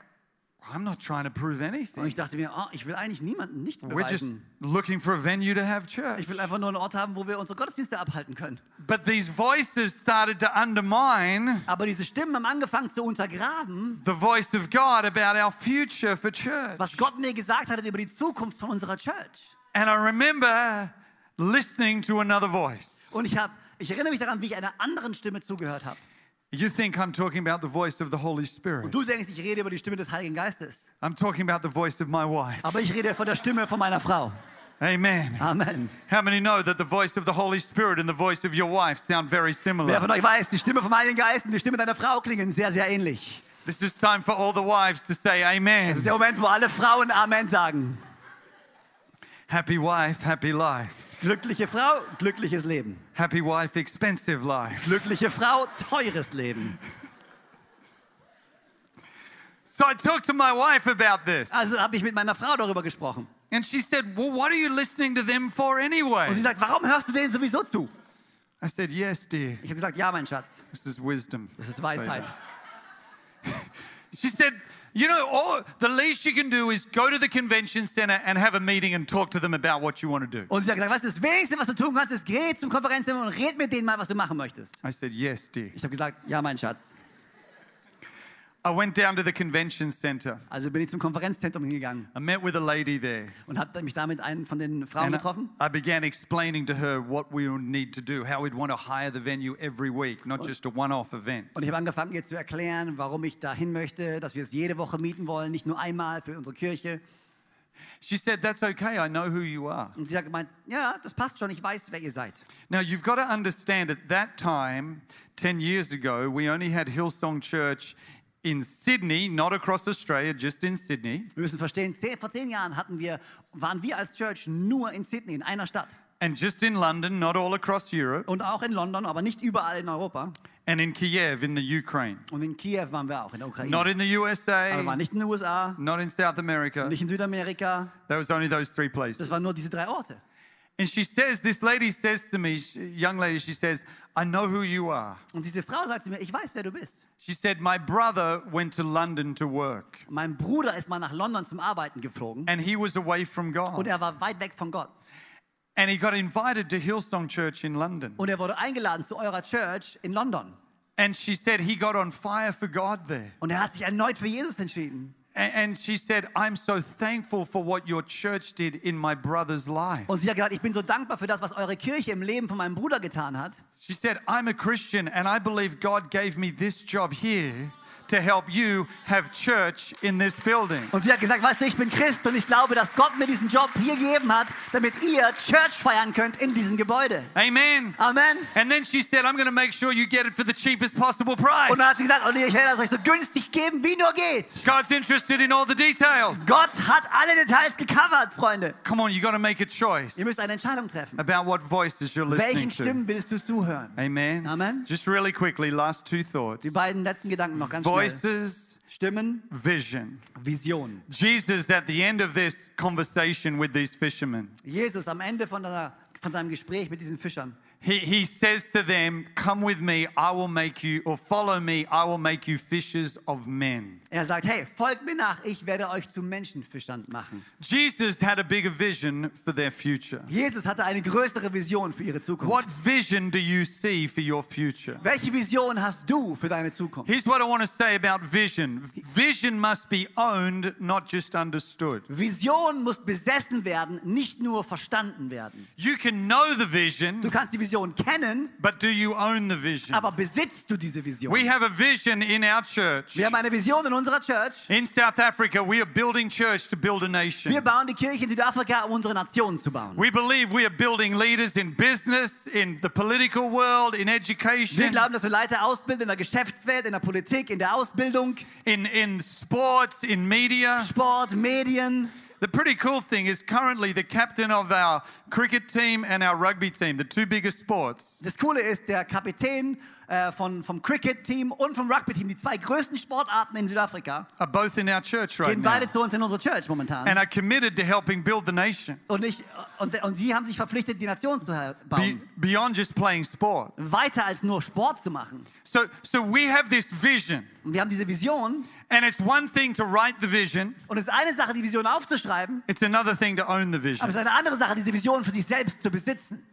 S1: I'm not trying to prove
S2: Und ich
S1: anything.
S2: dachte mir, oh, ich will eigentlich niemandem nichts
S1: We're just
S2: beweisen.
S1: looking for a venue to have church.
S2: Ich will einfach nur einen Ort haben, wo wir unsere Gottesdienste abhalten können.
S1: But these voices started to undermine
S2: Aber diese Stimmen haben angefangen zu untergraben,
S1: the voice of God about our future for church.
S2: was Gott mir gesagt hat über die Zukunft von unserer Church.
S1: And I remember listening to another voice.
S2: Und ich, hab, ich erinnere mich daran, wie ich einer anderen Stimme zugehört habe.
S1: You think I'm talking about the voice of the Holy Spirit,
S2: Du denkst, ich rede über die Stimme des Heiligen Geistes.
S1: I'm talking about the voice of my wife.
S2: Aber ich rede von der Stimme von meiner Frau.
S1: Amen.
S2: Amen.
S1: How many know that the voice of the Holy Spirit and the voice of your wife sound very
S2: Wer
S1: similar?
S2: von euch weiß, die Stimme vom Heiligen Geist und die Stimme deiner Frau klingen sehr, sehr ähnlich.
S1: This is time for all the wives to say
S2: Das ist
S1: amen.
S2: der Moment, wo alle Frauen Amen sagen.
S1: Happy wife, happy life.
S2: Glückliche Frau, glückliches Leben.
S1: Happy wife, expensive life.
S2: Glückliche Frau, teures Leben.
S1: So I talked to my wife about this,
S2: Also habe ich mit meiner Frau darüber gesprochen.
S1: and she said, Well, what are you listening to them for
S2: Und
S1: anyway?
S2: sie sagt, warum hörst du denen sowieso zu?
S1: I said, Yes, dear.
S2: Ich habe gesagt, ja, mein Schatz,
S1: This is wisdom.
S2: das ist Weisheit.
S1: She said, You know, all the least you can do is go to the convention center and have a meeting and talk to them about what you want to do.
S2: Und sie hat gesagt, was das Wenigste, was du tun kannst, ist, geh zum Konferenzzimmer und red mit denen mal, was du machen möchtest.
S1: I said, Yes, dear.
S2: Ich habe gesagt, ja, mein Schatz.
S1: I went down to the convention center.
S2: Also bin ich zum Konferenzzentrum hingegangen
S1: I met with a lady there.
S2: und habe mich da mit einem von den Frauen
S1: And
S2: getroffen.
S1: I, I began explaining to her what we would need to do, how we'd want to hire the venue every week, not just a one off event.
S2: Und ich habe angefangen, ihr zu erklären, warum ich dahin möchte, dass wir es jede Woche mieten wollen, nicht nur einmal für unsere Kirche.
S1: She said, That's okay, I know who you are.
S2: Und sie hat gemeint, ja, das passt schon, ich weiß, wer ihr seid.
S1: Now, you've got to understand at that time, 10 years ago, we only had Hillsong Church in Sydney, not across Australia, just in Sydney.
S2: Wir müssen verstehen, zehn, vor zehn Jahren hatten wir, waren wir als Church nur in Sydney, in einer Stadt.
S1: And just in London, not all across Europe.
S2: Und auch in London, aber nicht überall in Europa.
S1: And in Kiev, in the Ukraine.
S2: Und in Kiew waren wir auch, in der Ukraine.
S1: Not in the
S2: aber wir
S1: USA,
S2: waren nicht in den USA,
S1: not in South America.
S2: nicht in Südamerika.
S1: There was only those three
S2: Das
S1: places.
S2: waren nur diese drei Orte.
S1: And she says, this lady says to me, she- young lady, she says, I know who you are.
S2: Und diese Frau sagte mir, ich weiß, wer du bist.
S1: She said, my brother went to London to work
S2: Mein Bruder ist mal nach London zum Arbeiten geflogen
S1: and he was away from
S2: und
S1: God.
S2: er war weit weg von Gott.
S1: And he got invited to Hillsong Church in London.
S2: Und er wurde eingeladen zu eurer Church in London.
S1: And she said he got on fire for God there.
S2: Und er hat sich erneut für Jesus entschieden.
S1: A- And she said, I'm so thankful for what your church did in my brother's life.
S2: Und sie hat gesagt, ich bin so dankbar für das, was eure Kirche im Leben von meinem Bruder getan hat.
S1: She said, I'm a Christian and I believe God gave me this job here to help you have church in this building.
S2: Und sie hat gesagt, weißt du, ich bin Christ und ich glaube, dass Gott mir diesen Job hier gegeben hat, damit ihr Church feiern könnt in diesem Gebäude.
S1: Amen.
S2: Amen.
S1: And then she said, I'm going to make sure you get it for the cheapest possible price.
S2: Und dann hat sie gesagt, und ich werde es euch so günstig geben, wie nur geht.
S1: God's interested in all the details.
S2: Gott hat alle Details gecovert, Freunde.
S1: Come on, you got to make a choice
S2: Ihr müsst eine Entscheidung treffen.
S1: about what voices you're listening
S2: Welchen
S1: to.
S2: Stimmen willst du zuhören?
S1: Amen.
S2: Amen.
S1: Just really quickly, last two thoughts.
S2: Die beiden letzten Gedanken noch ganz schnell.
S1: Voices,
S2: Stimmen,
S1: vision.
S2: Vision.
S1: Jesus, at the end of this conversation with these fishermen,
S2: Jesus am Ende von, seiner- von seinem Gespräch mit diesen Fischern.
S1: he, he says to them, Come with me, I will make you, or follow me, I will make you fishers of men.
S2: Er sagt, hey, folgt mir nach, ich werde euch zu Menschenfischern machen.
S1: Jesus had a bigger vision for their future.
S2: Jesus hatte eine größere Vision für ihre Zukunft.
S1: What vision do you see for your future?
S2: Welche Vision hast du für deine Zukunft?
S1: Here's what I want to say about vision vision must be owned, not just understood.
S2: Vision muss besessen werden, nicht nur verstanden werden.
S1: You can know the
S2: Du
S1: vision,
S2: kannst die Vision kennen,
S1: but do you own the vision?
S2: aber besitzt du diese Vision?
S1: We have a vision in our church.
S2: Wir haben eine Vision in unserer Church.
S1: In South Africa, we are building church to build a nation.
S2: Wir bauen die Kirche in Südafrika, um unsere Nation zu bauen.
S1: We believe we are building leaders in business, in the political world, in
S2: Wir
S1: education,
S2: glauben, dass wir Leiter ausbilden in der Geschäftswelt, in der Politik, in der Ausbildung,
S1: in, in sports, in media.
S2: Sport, Medien.
S1: The pretty cool thing is currently the captain of our cricket team and our rugby team, the two biggest sports.
S2: Das Coole ist, der Kapitän äh, von, vom Cricket-Team und vom Rugby-Team, die zwei größten Sportarten in Südafrika,
S1: are both in our church right
S2: gehen beide
S1: now
S2: zu uns in unsere Church momentan.
S1: and are committed to helping build the nation
S2: Und, ich, und, und sie haben sich verpflichtet, die Nation zu hel-
S1: be-
S2: bauen.
S1: beyond just playing sport.
S2: Weiter als nur Sport zu machen.
S1: So, so we have this vision,
S2: Und wir haben diese Vision.
S1: and it's one thing to write the vision,
S2: Und es ist eine Sache, die Vision aufzuschreiben,
S1: it's another thing to own the
S2: aber
S1: vision.
S2: es ist eine andere Sache, diese Vision für sich selbst zu besitzen.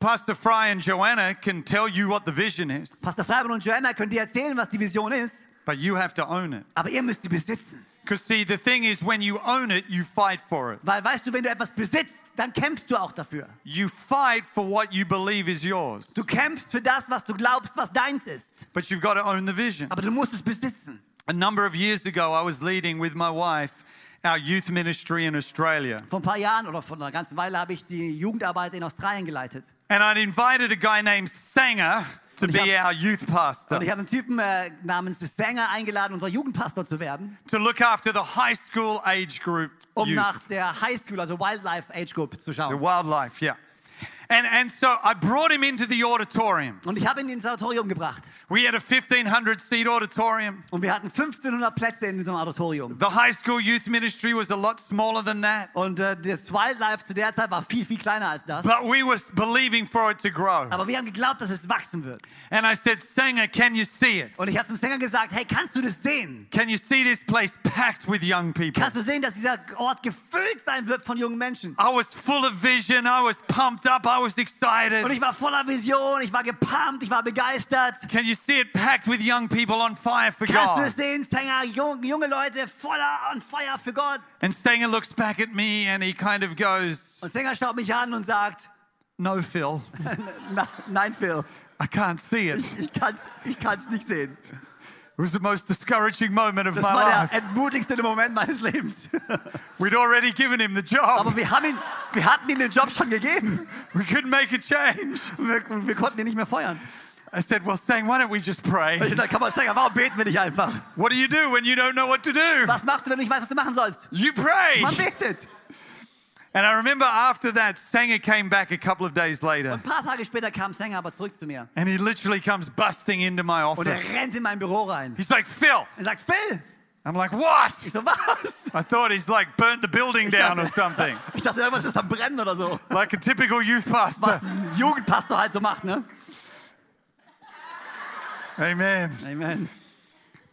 S1: Pastor Fry and Joanna can tell you what the vision is,
S2: Pastor Freimann und Joanna können dir erzählen, was die Vision ist,
S1: but you have to own it.
S2: aber ihr müsst sie besitzen.
S1: Because, see, the thing is, when you own it, you fight for it.
S2: Weil weißt du, wenn du etwas besitzt, dann kämpfst du auch dafür.
S1: You fight for what you believe is yours,
S2: Du kämpfst für das, was du glaubst, was deins ist.
S1: but you've got to own the vision.
S2: Aber du musst es besitzen.
S1: A number of years ago, I was leading with my wife our youth ministry in Australia.
S2: Vor ein paar Jahren oder vor einer ganzen Weile habe ich die Jugendarbeit in Australien geleitet.
S1: And I'd invited a guy named Sanger to
S2: Und ich
S1: be our youth pastor,
S2: Und ich habe einen Typen äh, namens The Sänger eingeladen, unser Jugendpastor zu werden,
S1: to look after the high school age group
S2: um
S1: youth,
S2: nach der Highschool, also Wildlife Age Group, zu
S1: the
S2: schauen.
S1: wildlife, yeah. And, and so I brought him into the auditorium.
S2: Und ich habe ihn ins Auditorium gebracht.
S1: We had a 1,500 seat auditorium.
S2: Und wir hatten 1500 Plätze in unserem Auditorium.
S1: The high school youth ministry was a lot smaller than that,
S2: Und äh, das Wildlife zu der Zeit war viel, viel kleiner als das.
S1: but we was believing for it to grow.
S2: Aber wir haben geglaubt, dass es wachsen wird.
S1: And I said, Sanger, can you see it?
S2: Und ich habe zum Sänger gesagt, hey, kannst du das sehen?
S1: Can you see this place packed with young people?
S2: Kannst du sehen, dass dieser Ort gefüllt sein wird von jungen Menschen?
S1: I was full of vision. I was pumped up. I was
S2: Und
S1: excited.
S2: ich war voller Vision, ich war gepumpt, ich war begeistert.
S1: Can you see it packed with young people on fire for
S2: Kannst du
S1: God?
S2: es sehen, Sänger? Jung, junge Leute voller und Feuer für Gott.
S1: And Sanger looks back at me and he kind of goes,
S2: Und Sänger schaut mich an und sagt,
S1: No, Phil,
S2: "Na- nein, Phil,
S1: I can't see it.
S2: ich, ich kann's, ich kann's nicht sehen.
S1: It was the most discouraging moment of
S2: Das
S1: my
S2: war
S1: life.
S2: der entmutigste Moment meines Lebens.
S1: We'd already given him the job.
S2: Aber wir haben ihn, wir hatten ihm den Job schon gegeben.
S1: We couldn't make a change.
S2: Und Wir, und wir konnten ihn nicht mehr feuern.
S1: I said, Well, Sang, why don't we just
S2: Und
S1: pray?
S2: ich dachte, komm mal, Sänger, warum beten wir nicht einfach?
S1: What do you do when you don't know what to do?
S2: Was machst du, wenn du nicht weißt, was du machen sollst?
S1: You pray.
S2: Man betet.
S1: And I remember after that, Sanger came back a couple of days later.
S2: Ein paar Tage später kam Sänger aber zurück zu mir.
S1: And he literally comes busting into my
S2: Und er
S1: office.
S2: rennt in mein Büro rein.
S1: He's like, Phil.
S2: Er sagt, Phil!
S1: I'm like, what?
S2: Ich so, was?
S1: I thought he's like burnt the building down or something.
S2: Ich dachte, irgendwas ist am Brennen oder so.
S1: Like a typical youth
S2: Was
S1: pastor.
S2: ein Jugendpastor halt so macht, ne?
S1: Amen.
S2: Amen.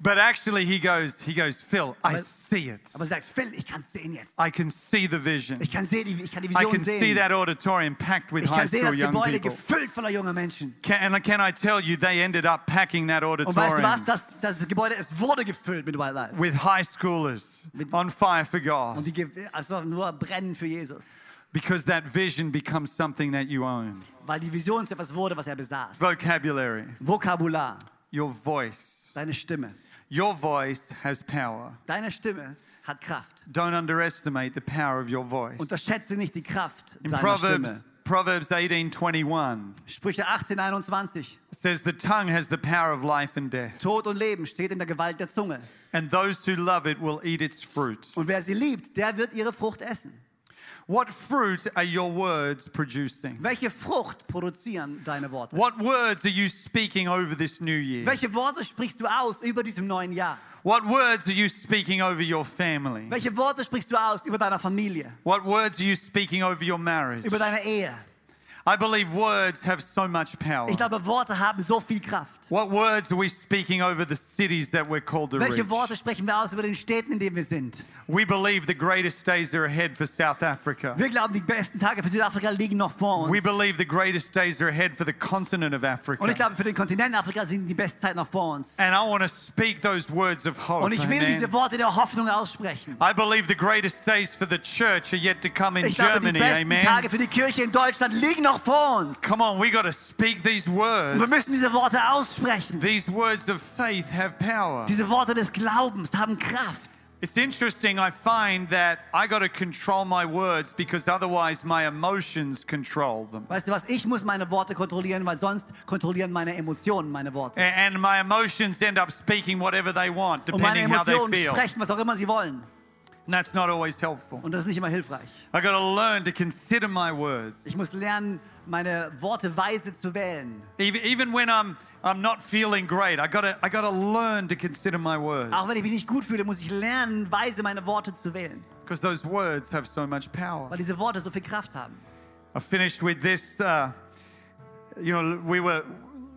S1: But actually he goes, he goes, Phil, I
S2: But-
S1: see it.
S2: Aber er sagt, Phil, ich kann sehen jetzt.
S1: I can see the vision.
S2: Ich kann, sehen, die- ich kann die
S1: I
S2: Vision
S1: can see
S2: sehen.
S1: that auditorium packed with
S2: Ich
S1: high
S2: kann sehen
S1: school
S2: das
S1: young
S2: Gebäude
S1: people.
S2: gefüllt voller junger Menschen.
S1: Can, and can I tell you, they ended up packing that
S2: Und weißt du was?
S1: auditorium
S2: Das, das Gebäude, es wurde gefüllt mit Wildlife.
S1: with high schoolers on fire for God
S2: Und die ge- also nur brennen für Jesus.
S1: because that vision becomes something that you own.
S2: Weil die Vision zu etwas wurde, was er besaß.
S1: Vocabulary,
S2: Vokabular,
S1: your voice.
S2: deine Stimme.
S1: Your voice has power.
S2: Deine Stimme hat Kraft.
S1: Don't underestimate the power of your voice.
S2: Unterschätze nicht die Kraft
S1: In
S2: deiner
S1: Proverbs,
S2: Stimme.
S1: Proverbs 18:21
S2: Sprüche 18, 21.
S1: says the tongue has the power of life and death,
S2: Tod und Leben steht in der Gewalt der Zunge.
S1: and those who love it will eat its fruit.
S2: Und wer sie liebt, der wird ihre Frucht essen.
S1: What fruit are your words producing?
S2: Welche Frucht produzieren deine Worte?
S1: What words are you speaking over this new year?
S2: Welche Worte sprichst du aus über diesem neuen Jahr?
S1: What words are you speaking over your family?
S2: Welche Worte sprichst du aus über deiner Familie,
S1: What words are you speaking over your marriage?
S2: über deine Ehe?
S1: I believe words have so much power.
S2: Ich glaube, Worte haben so viel Kraft.
S1: What words are we speaking over the cities that we're called to
S2: Welche Worte
S1: reach?
S2: sprechen wir aus über den Städten, in denen wir sind?
S1: We believe the greatest days are ahead for South Africa.
S2: Wir glauben, die besten Tage für Südafrika liegen noch vor uns.
S1: We believe the greatest days are ahead for the continent of
S2: Und ich
S1: Africa.
S2: glaube, für den Kontinent Afrika sind die besten Zeiten noch vor uns.
S1: And I want to speak those words of hope.
S2: Und ich will
S1: Amen.
S2: diese Worte der Hoffnung aussprechen.
S1: I believe the greatest days for the church are yet to come in
S2: Ich glaube, die
S1: Germany.
S2: besten
S1: Amen.
S2: Tage für die Kirche in Deutschland liegen noch vor uns.
S1: Come on, we got to speak these
S2: Und wir
S1: words.
S2: müssen diese Worte aussprechen.
S1: These words of faith have power.
S2: Diese Worte des Glaubens haben Kraft.
S1: It's interesting, I find that I got to control my words because otherwise my emotions control them.
S2: Weißt du was? Ich muss meine Worte kontrollieren, weil sonst kontrollieren meine Emotionen meine
S1: A-
S2: Worte.
S1: And my emotions end up speaking whatever they want,
S2: Und meine
S1: depending how they
S2: Emotionen
S1: feel.
S2: sprechen, was auch immer sie wollen.
S1: And that's not always helpful.
S2: Und das ist nicht immer hilfreich.
S1: I got to learn to consider my words.
S2: Ich muss lernen, meine Worte weise zu wählen.
S1: Even, even when I'm I'm not feeling great, I gotta I gotta learn to consider my words
S2: Auch wenn ich mich nicht gut fühle, muss ich lernen, weise meine Worte zu wählen.
S1: because those words have so much power.
S2: Weil diese Worte so viel Kraft haben.
S1: I finished with this. Uh, you know, we were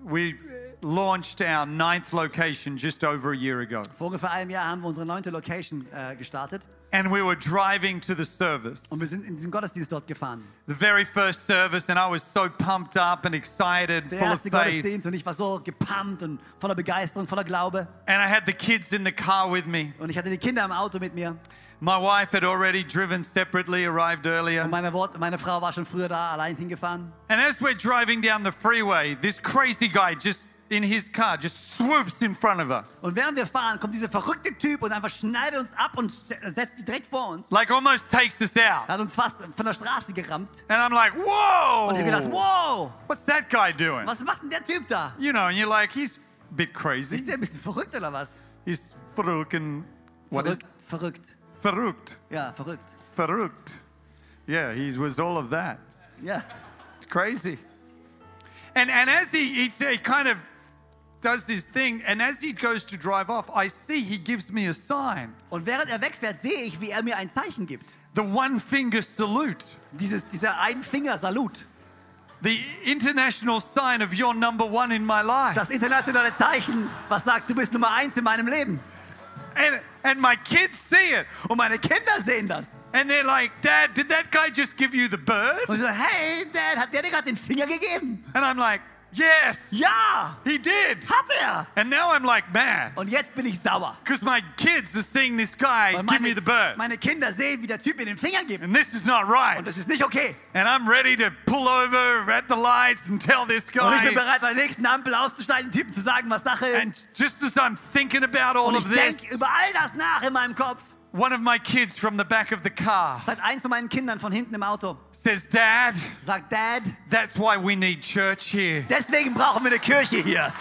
S1: we launched our ninth location just over a year ago,
S2: Vor ungefähr einem Jahr haben wir unsere neunte Location äh, gestartet.
S1: and we were driving to the service,
S2: Und wir sind in diesen Gottesdienst dort gefahren.
S1: the very first service, and I was so pumped up and excited,
S2: Der
S1: full of
S2: erste
S1: faith,
S2: Gottesdienst und ich war so gepumpt und voller Begeisterung, voller Glaube.
S1: and I had the kids in the car with me.
S2: Und ich hatte die Kinder im Auto mit mir.
S1: My wife had already driven separately, arrived earlier.
S2: Und meine, Wort, meine Frau war schon früher da, allein hingefahren.
S1: And as we're driving down the freeway, this crazy guy just in his car just swoops in front of us.
S2: Und während wir fahren, kommt dieser verrückte Typ und einfach schneidet uns ab und st- setzt sich direkt vor uns.
S1: Like almost takes us out.
S2: Er hat uns fast von der Straße gerammt.
S1: And I'm like, whoa!
S2: Und ich hab gedacht, wow,
S1: What's that guy doing?
S2: was macht denn der Typ da?
S1: You know, and you're like, he's a bit
S2: Ist
S1: crazy.
S2: der ein bisschen verrückt oder was?
S1: He's verrückt. What is
S2: verrückt, verrückt.
S1: verrückt?
S2: Ja, verrückt.
S1: Verrückt. Yeah, he was all of that.
S2: Ja.
S1: It's crazy. And, and as he, he, he kind of does his thing, and as he goes to drive off, I see he gives me a sign
S2: Und während er wegfährt, sehe ich, wie er mir ein Zeichen gibt.
S1: the one finger salute,
S2: Dieses, dieser Ein-Finger-Salut.
S1: the international sign of you're number one in my life.
S2: Das internationale Zeichen, was sagt, du bist Nummer eins in meinem Leben.
S1: And, and my kids see it,
S2: Und meine Kinder sehen das.
S1: and they're like, Dad, did that guy just give you the bird?
S2: Und ich so, hey, Dad, hat der dir gerade den Finger gegeben?
S1: And I'm like, Yes,
S2: Ja,
S1: he did.
S2: hat er.
S1: And now I'm like, Man,
S2: Und jetzt bin ich sauer.
S1: because my kids are seeing this guy
S2: Weil
S1: give me the bird.
S2: meine Kinder sehen, wie der Typ mir den Finger gibt.
S1: And this is not right.
S2: Und das ist nicht okay.
S1: And I'm ready to pull over at the lights and tell this
S2: Und ich
S1: guy.
S2: bin bereit, bei der nächsten Ampel auszusteigen, dem Typen zu sagen, was Sache
S1: And
S2: ist.
S1: just as I'm thinking about all
S2: Und
S1: of
S2: ich denke
S1: this,
S2: über all das nach in meinem Kopf.
S1: one of my kids from the back of the car
S2: Sagt eins von meinen Kindern von hinten im Auto.
S1: says, Dad,
S2: Sagt, Dad,
S1: that's why we need church here.
S2: deswegen brauchen wir eine Kirche hier.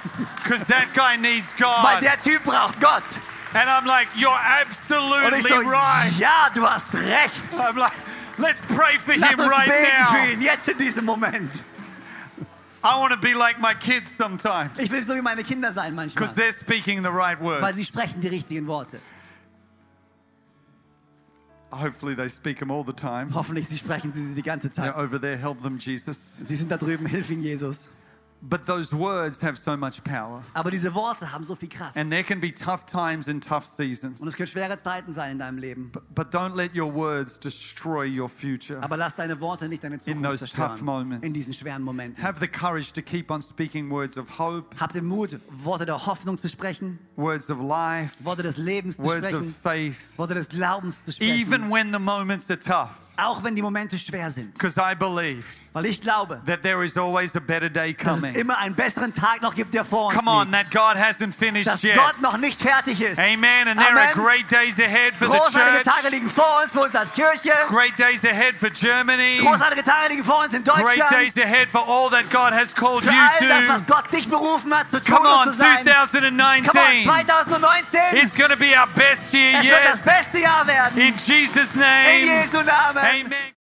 S1: Because that guy needs
S2: Weil
S1: God.
S2: der Typ braucht Gott.
S1: And I'm like, You're
S2: Und ich
S1: absolutely
S2: so,
S1: right.
S2: ja, du hast recht.
S1: I'm like, Let's pray for
S2: Lass
S1: him
S2: uns
S1: right
S2: beten für
S1: now.
S2: ihn, jetzt in diesem Moment.
S1: I want to be like my kids sometimes
S2: Ich will so wie meine Kinder sein manchmal.
S1: because they're speaking the right
S2: Weil
S1: words.
S2: sie sprechen die richtigen Worte.
S1: Hopefully, they speak them all the time.
S2: Hoffentlich, sie sprechen sie die ganze
S1: They're
S2: Zeit.
S1: over there, help them, Jesus.
S2: Sie sind da drüben, hilf ihnen, Jesus.
S1: But those words have so much power.
S2: Aber diese Worte haben so viel Kraft.
S1: And there can be tough times and tough seasons.
S2: Und es können schwere Zeiten sein in deinem Leben.
S1: But don't let your words destroy your future.
S2: Aber lass deine Worte nicht deine
S1: In those
S2: Zukunft zerstören.
S1: tough moments.
S2: In diesen schweren Momenten.
S1: Have the courage to keep on speaking words of hope,
S2: Hab den Mut, Worte der Hoffnung zu sprechen,
S1: words of life,
S2: Worte des Lebens zu
S1: words of
S2: sprechen,
S1: faith,
S2: Worte des Glaubens zu sprechen.
S1: even when the moments are tough.
S2: auch wenn die Momente schwer sind.
S1: Because I believe
S2: Weil ich glaube,
S1: that there is always a better day
S2: dass es
S1: coming.
S2: immer einen besseren Tag noch gibt, der vor uns
S1: Come on, that
S2: liegt.
S1: God hasn't
S2: Dass
S1: finished yet.
S2: Gott noch nicht fertig ist.
S1: Amen. And there are
S2: Amen.
S1: great days ahead for the
S2: Großartige Tage
S1: church,
S2: liegen vor uns, für uns als Kirche.
S1: great days ahead for Germany,
S2: Großartige Tage liegen vor uns in
S1: great
S2: Deutschland.
S1: days ahead for all that God has called
S2: Für all das,
S1: you
S2: was
S1: to.
S2: Gott dich berufen hat, zu tun
S1: Come
S2: und
S1: on,
S2: zu sein. Come on,
S1: 2019.
S2: 2019.
S1: It's going to be our best year
S2: Es wird das
S1: yet.
S2: beste Jahr werden.
S1: In Jesus'
S2: In
S1: name.
S2: Jesu Namen.
S1: Amen.